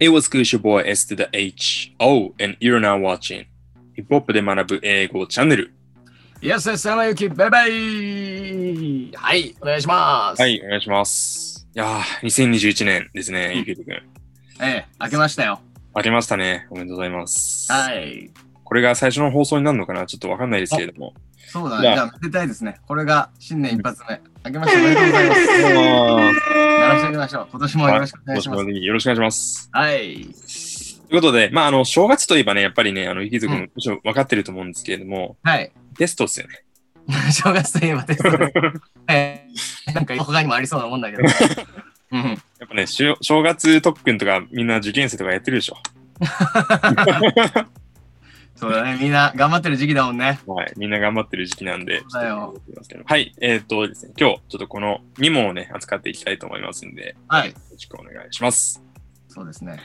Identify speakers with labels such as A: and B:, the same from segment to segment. A: It was good, your boy S to the H. Oh, and you're now watching. ヒップホップで学ぶ英語チャンネル。
B: Yes, yes, 花雪、バイバイはい、お願いします。
A: は。い、お願いします。いやー、2021年ですね、ゆきとくん。
B: ええ、開けましたよ。
A: 明けましたね。おめでとうございます。
B: はい。
A: これが最初の放送になるのかなちょっとわかんないですけれども。
B: そうだ
A: じゃ
B: ね。
A: あ
B: じゃあ、めでたいですね。これが新年一発目。開けましておめでとうございます。鳴らしていきましょう。今年もよろしくお
A: 今
B: 願いし
A: 年
B: ます
A: も。よろしくお願いします。
B: はい。
A: ということで、まあ、あの、正月といえばね、やっぱりね、あの、ゆきとく
B: うん
A: ん、もちろんわかってると思うんですけれども、
B: はい。
A: テストっすよね。
B: 正月といえばテストです。ええなんか他にもありそうなも んだけど。うん。
A: やっぱね、しゅ正月特訓とか、みんな受験生とかやってるでしょ。
B: そうだね。みんな頑張ってる時期だもんね。
A: はい、みんな頑張ってる時期なんで、
B: そうだよ
A: ちょっとますけどはい、えーっとですね、今日ちょっとこの2問をね、扱っていきたいと思いますんで、よ
B: はい。
A: ろしくお願いします。
B: そうですね。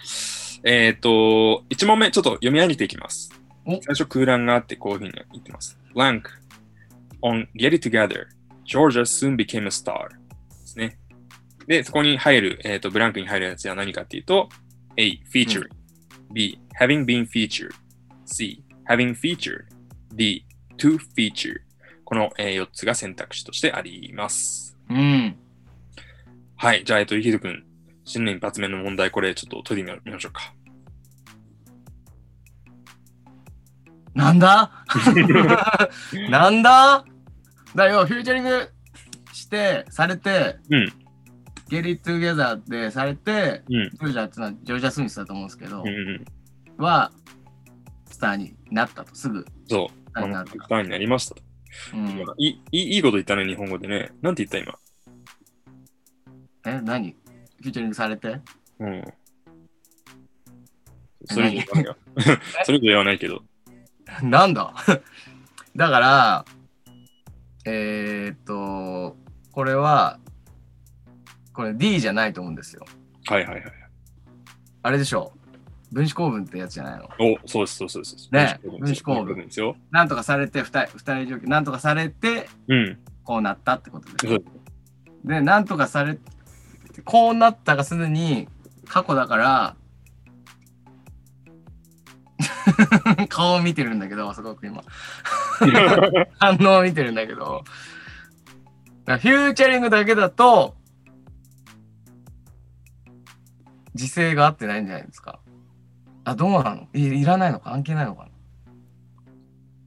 A: えーっと、1問目、ちょっと読み上げていきます。
B: お
A: 最初空欄があって、こういうふうに言ってます。Blank on Get It Together, Georgia soon became a star ですね。で、そこに入る、えーっと、ブランクに入るやつは何かっていうと、A, featuring、B, having been featured, C, having featured, D, to feature この、え4つが選択肢としてあります。
B: うん。
A: はい、じゃあ、えっと、ゆきとくん、新年一発目の問題、これちょっと取りにみましょうか。
B: な んだなんだだよ、フューチャリングして、されて、
A: うん
B: ゲリットゥゲザーでされて、
A: うん
B: ジョージャってのはジョージャ・スミスだと思うんですけど、
A: うんうん、
B: は、スターになったと、すぐ。
A: そう、
B: あ
A: あ
B: な
A: の、
B: ん
A: ス
B: だ
A: ターになりましたと。
B: うん、
A: いいいいいこと言ったね、日本語でね。なんて言った、今。
B: え、何フューチャリングされて
A: うん。それ以上言わないよ。それ以上言わないけど。
B: なんだ だから、えー、っと、これは、これ D じゃないと思うんですよ。
A: はいはいはい。
B: あれでしょ分子構文ってやつじゃないの
A: お、そうです、そうです、そうです。
B: ね
A: 文子構文ですよ。
B: なんとかされて二人二人状況なんとかされて
A: うん。
B: こうなったってことで
A: そう
B: す。でなんとかされこうなったがすでに過去だから 顔を見てるんだけどすごく今反応を見てるんだけどだからフューチャリングだけだと時勢が合ってないんじゃないですかあどうなのいいらないのか関係ないのかな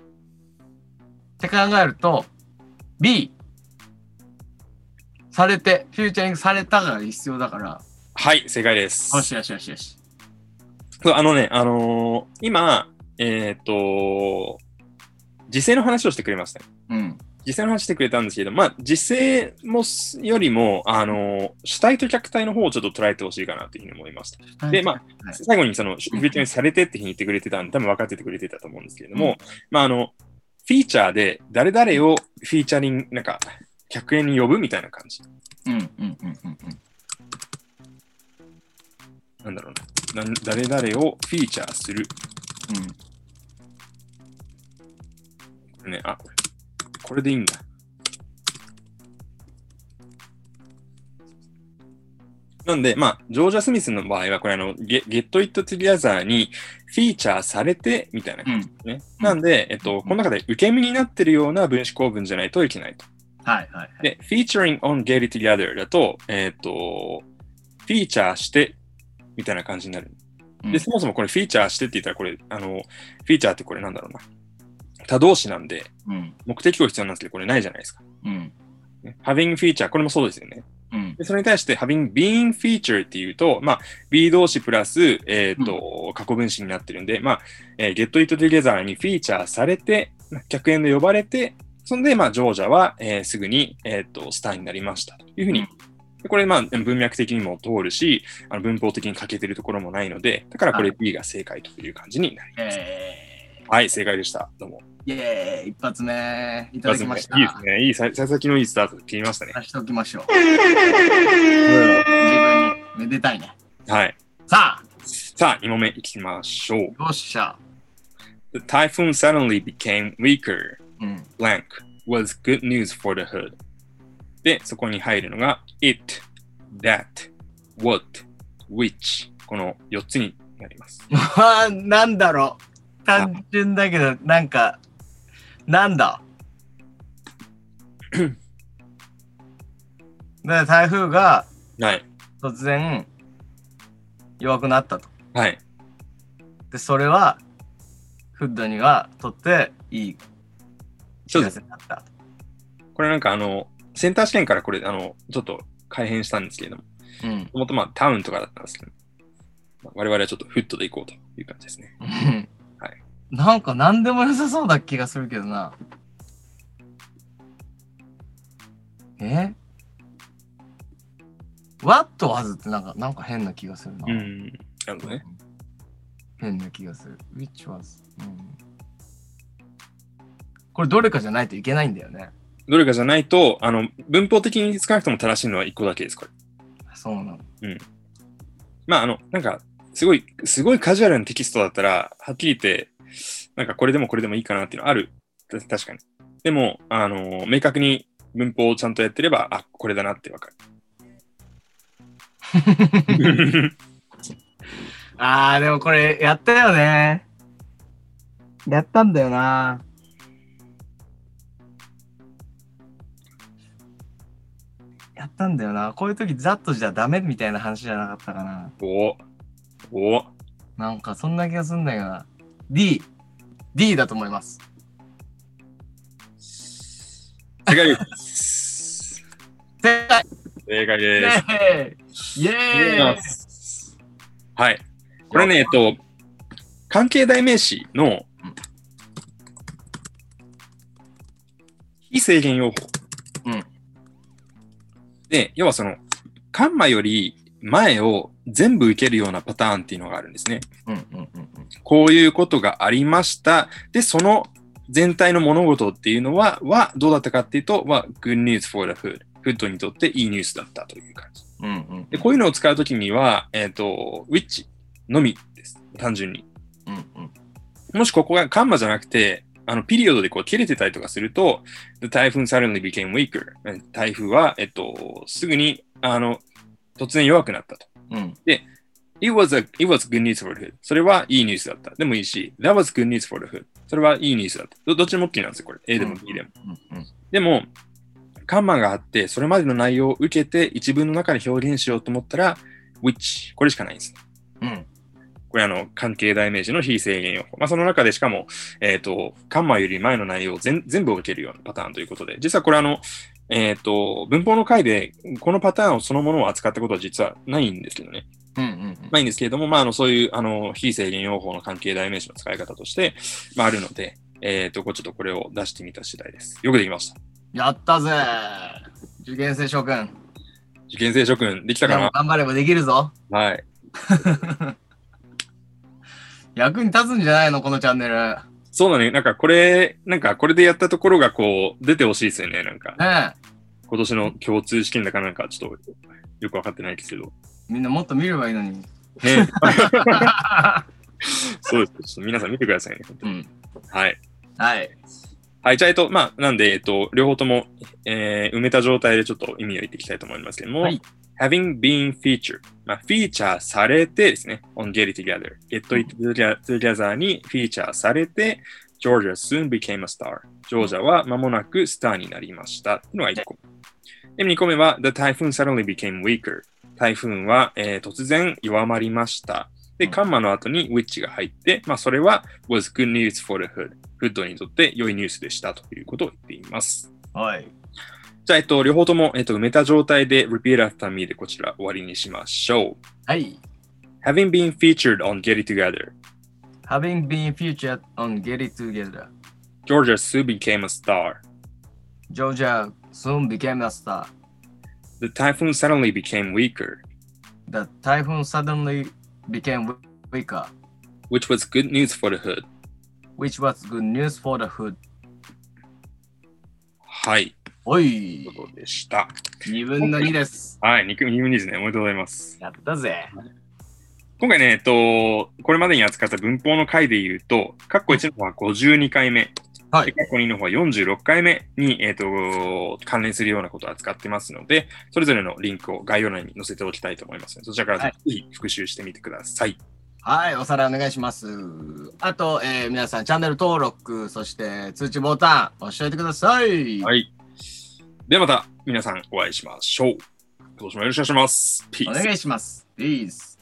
B: って考えると B されてフューチャリングされたが必要だから
A: はい、正解です。
B: よしよしよしよし
A: そうあのね、あのー今、えっ、と、時勢の話をしてくれましたね。
B: うん
A: 時勢の話してくれたんですけど、まあ、時勢もすよりも、あのー主体と客体の方をちょっと捉えてほしいかなというふうに思いました。でま
B: はい
A: 最後にその、フューチャーにされてって言ってくれてたんで、多分分かっててくれてたと思うんですけれども、
B: うん
A: まあ、あの、フィーチャーで誰々をフィーチャリング、なんか、客円に呼ぶみたいな感じ。
B: うんうんうんうんうん
A: なんだろうな。なん誰々をフィーチャーするね、あ、これでいいんだ。なんで、まあ、ジョージャ・スミスの場合は、これあの、ゲゲット・イット・トゥ・ギャザーにフィーチャーされてみたいな
B: う
A: 感じ
B: ん
A: ですね。なんで、えっと、この中で受け身になってるような分子構文じゃないといけないと。
B: はいはいはい
A: で、featuring on get it together だと、えっと、フィーチャーしてみたいな感じになる。
B: うん
A: で、そもそもこれフィーチャーしてって言ったら、これ、あの、フィーチャーってこれなんだろうな。他動詞なんで、
B: うん
A: 目的語必要なんですけど、これないじゃないですか。
B: うん
A: ね having feature、これもそうですよね。
B: うん
A: でそれに対して having been feature っていうと、まあ、B 動詞プラス、えっ、と、過去分詞になってるんで、まあ、えー get it together にフィーチャーされて、客円で呼ばれて、そんで、まあ、ジョージャは、えーすぐに、えっ、と、スターになりましたというふう
B: う
A: に
B: ん。
A: でこれ、まあ、文脈的にも通るし、あの文法的に欠けてるところもないので、だからこれ
B: は
A: B が正解という感じになります。
B: え
A: はい、正解でした。どうも。
B: ーイエーイ一発目いただきました
A: いいですね。いい、さ佐々木のいいスタート切りましたね。
B: 出しておきましょう
A: うん
B: 自分にめでたいね
A: はい。
B: さあ
A: さあ、2問目いきましょう。
B: よっしゃ
A: The typhoon suddenly became weaker.
B: うん
A: Blank was good news for the hood. で、そこに入るのが it, that, what, which この4つになります。
B: まあ、なんだろう。単純だけど、なんか、な んだ。だから台風が
A: はい。
B: 突然弱くなったと。
A: はい。
B: で、それはフッドにはとっていい
A: そう
B: 知
A: で
B: ら
A: す。
B: せだった。
A: これなんかあの、センター試験からこれ、あの、ちょっと改変したんですけれども、
B: うん。
A: もともとまあタウンとかだったんですけど、まあ我々はちょっとフットで行こうという感じです ね。はい
B: なんか何でも良さそうな気がするけどな。え ?What was ってなんかなんか変な気がするな。
A: うん。なるほどね。
B: 変な気がする。Which was、うん、これどれかじゃないといけないんだよね。
A: どれかじゃないと、あの、文法的に少なくとも正しいのは1個だけです、これ。
B: そうなの。
A: まあ、あの、なんか、すごい、すごいカジュアルなテキストだったら、はっきり言って、なんかこれでもこれでもいいかなっていうのはある。た確かに。でも、あの、明確に文法をちゃんとやってれば、あ、これだなってわかる。
B: あー、でもこれやったよね。やったんだよな。やったんだよな。こういう時ざっとじゃダメみたいな話じゃなかったかな。
A: おお
B: なんかそんな気がすんだよな。D。D だと思います。
A: 正解です。
B: 正解
A: 正解
B: イ
A: です。
B: ェーイイェーイ
A: はい。これね、えっと、関係代名詞の
B: うん
A: 非制限用法。
B: うん
A: で、要はその、カンマより前を全部受けるようなパターンっていうのがあるんですね。
B: うんうんうんうん。
A: こういうことがありました。で、その全体の物事っていうのは、はどうだったかっていうと、は good news for the food。フッドにとっていいニュースだったという感じ。
B: うんうん
A: でこういうのを使うときには、えっ、と、which のみです。単純に。
B: うんうん
A: もしここがカンマじゃなくて、あの、ピリオドでこう切れてたりとかすると、The typhoon suddenly became weaker. え台風は、えっと、すぐに、あの、突然弱くなったと。
B: うん。
A: It was, a, it was good news for the hood. それはいいニュースだった。でもいいし、That was good news for the hood. それはいいニュースだった。どどっちでも OK なんですよ、これ。A でも B でも。
B: うんうん
A: でも、カンマがあって、それまでの内容を受けて一文の中で表現しようと思ったら、which これしかないんです。
B: うん
A: これあの、関係代名詞の非制限用法。まあ、その中でしかも、えっ、と、カンマより前の内容を全全部を受けるようなパターンということで、実はこれあの、えっ、と、文法の回で、このパターンをそのものを扱ったことは実はないんですけどね。
B: うんうん
A: ないんですけれども、まあ、あの、そういう、あの、非制限用法の関係代名詞の使い方として、まあ、あるので、えっ、と、こうちょっとこれを出してみた次第です。よくできました。
B: やったぜ受験生諸君。
A: 受験生諸君、できたか
B: でも
A: な
B: 頑張ればできるぞ。
A: はい。
B: 役に立つんじゃないのこのチャンネル。
A: そうだね。なんかこれ、なんかこれでやったところがこう、出てほしいですよね。なんか、
B: ねえ。
A: 今年の共通試験だかなんか、ちょっとよくわかってないですけど。
B: みんなもっと見ればいいのに。
A: ね。 そうです。ちょっと皆さん見てくださいね。本当
B: う
A: に
B: ん。
A: はい。
B: はい。
A: はい。じゃあ、えっと、まあ、なんで、えっと、両方とも、えー埋めた状態でちょっと意味を言っていきたいと思いますけども、
B: はい
A: having been featured、まあ、フィーチャーされてですね、on get it together, get it together にフィーチャーされて、Georgia soon became a star. ジョージャは間もなくスターになりました。っていうのが1個目。で、2個目は、The typhoon suddenly became weaker. 台風は、えー突然弱まりました。で、
B: うん
A: カンマの後に which が入って、まあ、それは was good news for the hood. フッドにとって良いニュースでしたということを言っています。
B: はい。
A: じゃあ、えっと、両方とも、えっと、埋めた状態で repeat after me でこちら終わりにしましょ
B: はい。
A: う。Having been featured on Get It Together,
B: Having been featured on Get It Together,
A: Georgia soon became a star.
B: Georgia soon became a star.
A: The typhoon suddenly became weaker,
B: The typhoon suddenly became weaker,
A: which was good news for the hood.
B: which was good news for the hood.
A: はい。
B: お
A: と
B: い
A: いうことでした。
B: !2 分の2です。
A: はい、2組2組ですね。おめでとうございます。
B: やったぜ。
A: 今回ね、えっと、これまでに扱った文法の回で言うと、括弧1の方は52回目、
B: はい
A: で。過去にの方は46回目に、えっと関連するようなことを扱ってますので、それぞれのリンクを概要欄に載せておきたいと思いますので、そちらからぜひ復習してみてください。
B: はい、おさらいお願いします。あと、えー皆さん、チャンネル登録、そして通知ボタン、押しておいてください。
A: はい。ではまた皆さんお会いしましょう。今年もよろしくお願いします。ピ
B: お
A: ース。
B: 願いします。Peace.